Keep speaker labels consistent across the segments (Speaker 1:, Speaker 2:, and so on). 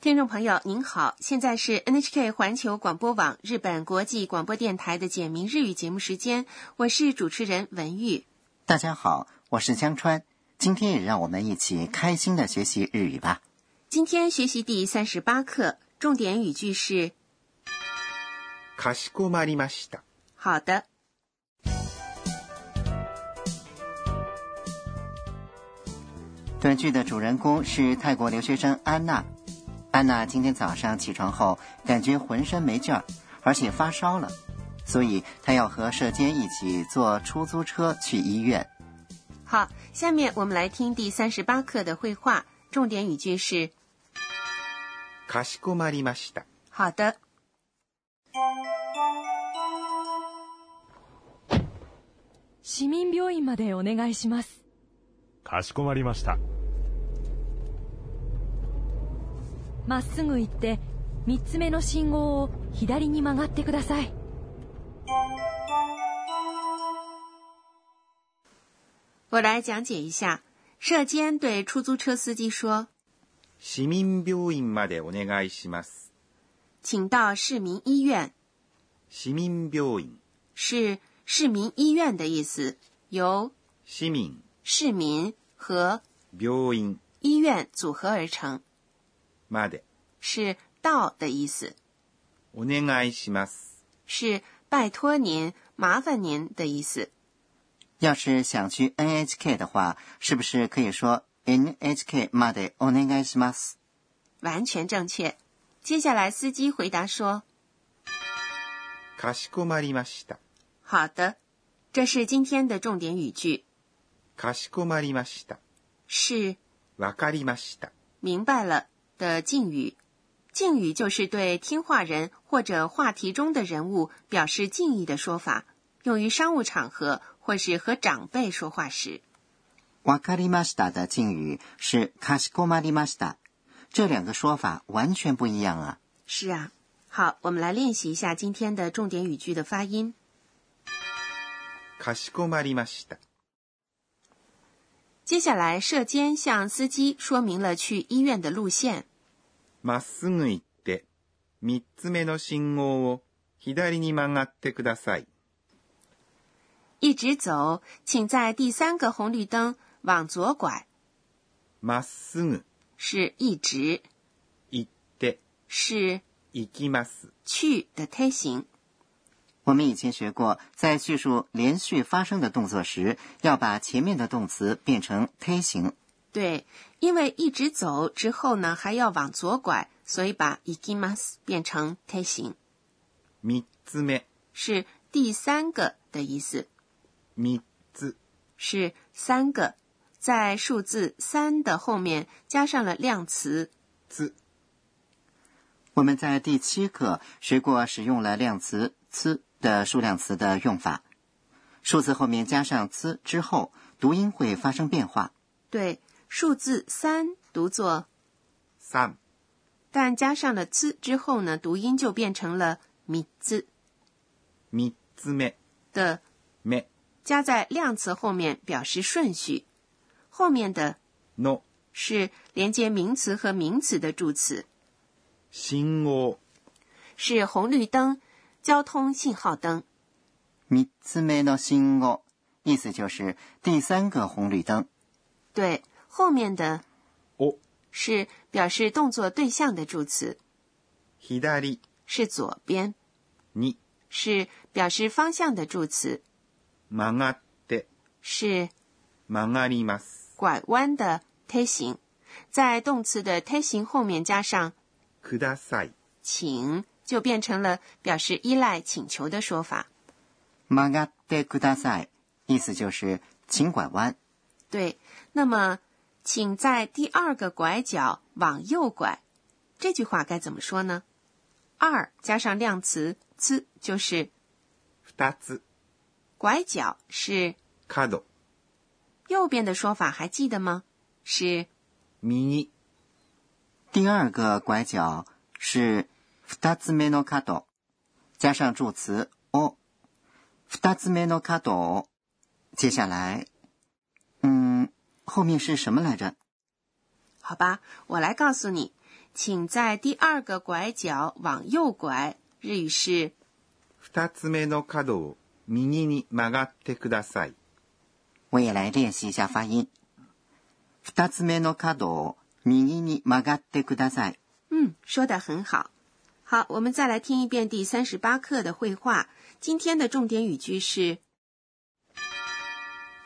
Speaker 1: 听众朋友您好，现在是 NHK 环球广播网日本国际广播电台的简明日语节目时间，我是主持人文玉。
Speaker 2: 大家好，我是江川，今天也让我们一起开心的学习日语吧。
Speaker 1: 今天学习第三十八课，重点语句是
Speaker 3: かしこまりました。
Speaker 1: “好的
Speaker 2: 短剧的主人公是泰国留学生安娜。安娜今天早上起床后，感觉浑身没劲儿，而且发烧了，所以她要和社监一起坐出租车去医院。”。
Speaker 1: 好，下面我们来听第三十八课的绘画，重点语句是
Speaker 3: かしこまりました。
Speaker 1: “好的
Speaker 4: 市民病院までお願いします
Speaker 5: かしこまりました。
Speaker 4: まっすぐ行って3つ目の信号を左に曲がってください
Speaker 1: 我来讲解一下。社监对出租车司机说
Speaker 3: 市民病院までお願いします。：“
Speaker 1: 请到市民医院。
Speaker 3: 市民病院、”
Speaker 1: 是市民医院的意思，由
Speaker 3: 市民、
Speaker 1: 市民和
Speaker 3: 病院
Speaker 1: 医院组合而成，
Speaker 3: まで
Speaker 1: 是“到”的意思，
Speaker 3: お願いします。
Speaker 1: 是拜托您、麻烦您的意思。
Speaker 2: 要是想去 NHK 的话，是不是可以说 NHK までお願いします？
Speaker 1: 完全正确。接下来，司机回答说
Speaker 3: かしこまりました。：“
Speaker 1: 好的。”这是今天的重点语句，
Speaker 3: かしこまりました。
Speaker 1: 是
Speaker 3: わかりました。
Speaker 1: 明白了的敬语。敬语就是对听话人或者话题中的人物表示敬意的说法，用于商务场合或是和长辈说话时。
Speaker 2: わかりました的敬语是かしこまりました，这两个说法完全不一样啊。
Speaker 1: 是啊，好，我们来练习一下今天的重点语句的发音。
Speaker 3: かしこまりました。
Speaker 1: 接下来，社监向司机说明了去医院的路线。
Speaker 3: まっすぐ行って、三つ目の信号を左に曲がってください。
Speaker 1: 一直走，请在第三个红绿灯往左拐，
Speaker 3: まっすぐ
Speaker 1: 是一直，
Speaker 3: 行って
Speaker 1: 是
Speaker 3: 行きます。
Speaker 1: 去的推形。
Speaker 2: 我们以前学过，在叙述连续发生的动作时，要把前面的动词变成推形。
Speaker 1: 对，因为一直走之后呢，还要往左拐，所以把 ikimas 变成推形，
Speaker 3: 三つ目、
Speaker 1: 是第三个的意思，
Speaker 3: 三つ、
Speaker 1: 是三个，在数字三的后面加上了量词
Speaker 3: つ、
Speaker 2: 我们在第七课学过使用了量词“呲”的数量词的用法，数字后面加上“呲”之后，读音会发生变化。
Speaker 1: 对，数字三读作，
Speaker 3: 三、
Speaker 1: 但加上了 z 之后呢，读音就变成了米字
Speaker 3: 三つ目、
Speaker 1: 的，
Speaker 3: 目、
Speaker 1: 加在量词后面表示顺序。后面的
Speaker 3: の、
Speaker 1: 是连接名词和名词的助词，
Speaker 3: 信号、
Speaker 1: 是红绿灯、交通信号灯。
Speaker 2: 三つ目の信号，意思就是第三个红绿灯。
Speaker 1: 对，后面的
Speaker 3: を、
Speaker 1: 是表示动作对象的助词，
Speaker 3: 左、
Speaker 1: 是左边，
Speaker 3: に、
Speaker 1: 是表示方向的助词，
Speaker 3: 曲がって、
Speaker 1: 是
Speaker 3: 曲がります。
Speaker 1: 拐弯的推形，在动词的推形后面加上
Speaker 3: ください。
Speaker 1: 请，就变成了表示依赖、请求的说法。
Speaker 2: 曲がってください，意思就是请拐弯。
Speaker 1: 对，那么请在第二个拐角往右拐，这句话该怎么说呢？二加上量词“呲”就是
Speaker 3: 二つ、
Speaker 1: 拐角是
Speaker 3: 角、
Speaker 1: 右边的说法，还记得吗？是
Speaker 3: 右、
Speaker 2: 第二个拐角是二つ目の角，加上助词を，二つ目の角を。接下来，嗯，后面是什么来着？
Speaker 1: 好吧，我来告诉你，请在第二个拐角往右拐。日语是
Speaker 3: 二つ目の角を右に曲がってください。
Speaker 2: 我也来练习一下发音。二つ目の角を右に曲がってください。
Speaker 1: 嗯，说的很好。好，我们再来听一遍第三十八课的绘画。今天的重点语句是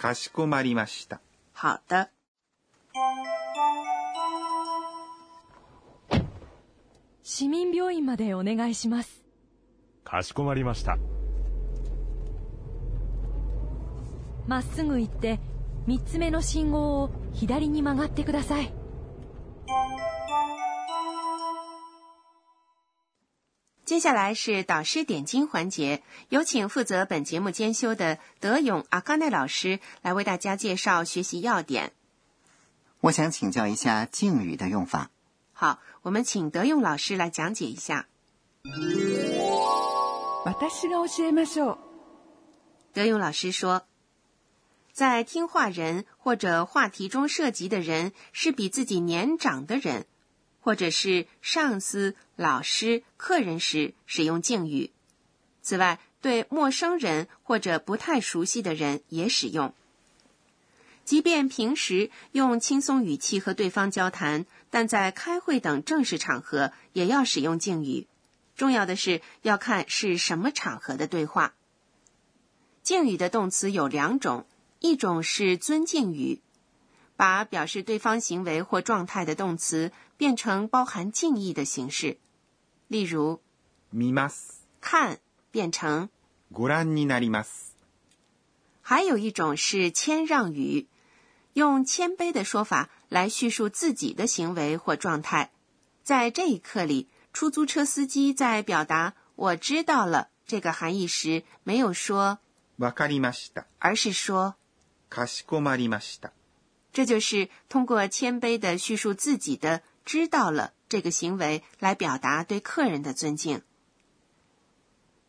Speaker 3: かしこまりました。
Speaker 1: “好的
Speaker 4: 市民病院までお願いします
Speaker 5: かしこまりました。
Speaker 4: まっすぐ行って3つ目の信号を左に曲がってください」
Speaker 1: 接下来是导师点睛环节，有请负责本节目监修的德勇阿甘奈老师来为大家介绍学习要点。
Speaker 2: 我想请教一下敬语的用法。
Speaker 1: 好，我们请德勇老师来讲解一下。
Speaker 6: 私が教えましょう。
Speaker 1: 德勇老师说，在听话人或者话题中涉及的人是比自己年长的人，或者是上司、老师、客人时使用敬语。此外，对陌生人或者不太熟悉的人也使用。即便平时用轻松语气和对方交谈，但在开会等正式场合也要使用敬语。重要的是要看是什么场合的对话。敬语的动词有两种，一种是尊敬语，把表示对方行为或状态的动词变成包含敬意的形式，例如
Speaker 3: 見ます。
Speaker 1: 看变成；
Speaker 3: ご覧になります。
Speaker 1: 还有一种是谦让语，用谦卑的说法来叙述自己的行为或状态。在这一课里，出租车司机在表达“我知道了”这个含义时，没有说，
Speaker 3: わかりました。
Speaker 1: 而是说。
Speaker 3: かしこまりました。
Speaker 1: 这就是通过谦卑地叙述自己的“知道了”这个行为来表达对客人的尊敬。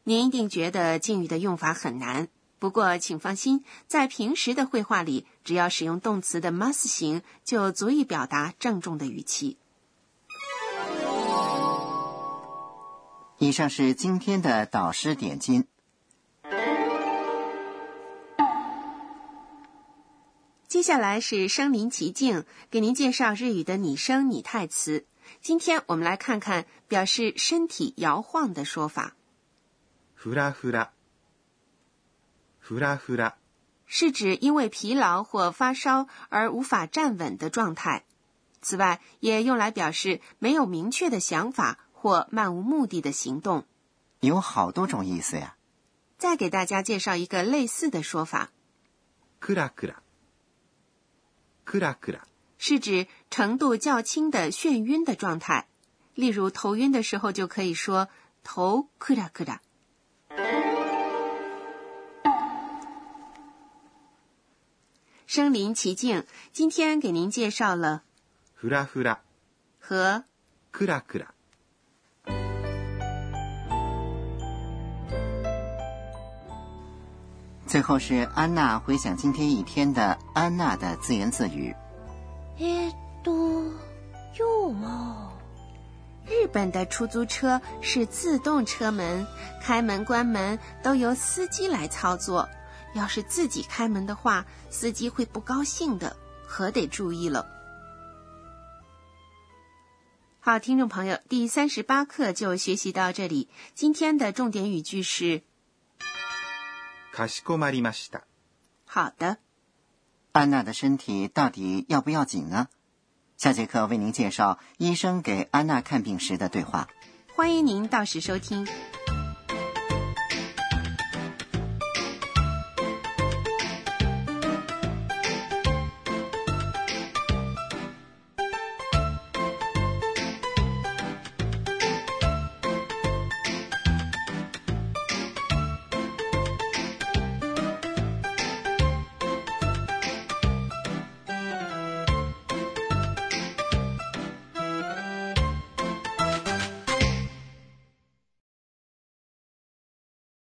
Speaker 1: 您一定觉得敬语的用法很难，不过请放心，在平时的绘画里，只要使用动词的 must 形，就足以表达郑重的语气。
Speaker 2: 以上是今天的导师点睛。
Speaker 1: 接下来是身临其境，给您介绍日语的拟声拟态词。今天我们来看看表示身体摇晃的说法。
Speaker 3: ふらふら。ふらふら。
Speaker 1: 是指因为疲劳或发烧而无法站稳的状态。此外，也用来表示没有明确的想法或漫无目的的行动。
Speaker 2: 有好多种意思呀。
Speaker 1: 再给大家介绍一个类似的说法，
Speaker 3: くらくら。くらくら。
Speaker 1: 是指程度较轻的眩晕的状态。例如，头晕的时候就可以说头クラクラ。身临其境，今天给您介绍了
Speaker 3: ふらふら。
Speaker 1: 和
Speaker 3: くらくら。
Speaker 2: 最后是安娜回想今天一天的安娜的自言自语。
Speaker 7: えーっと、今日は、
Speaker 1: 日本的出租车是自动车门，开门、关门都由司机来操作。要是自己开门的话，司机会不高兴的，可得注意了。好，听众朋友，第三十八课就学习到这里。今天的重点语句是
Speaker 3: かしこまりました。
Speaker 1: “好的
Speaker 2: 安娜的身体到底要不要紧呢？下节课为您介绍医生给安娜看病时的对话。”，
Speaker 1: 欢迎您到时收听。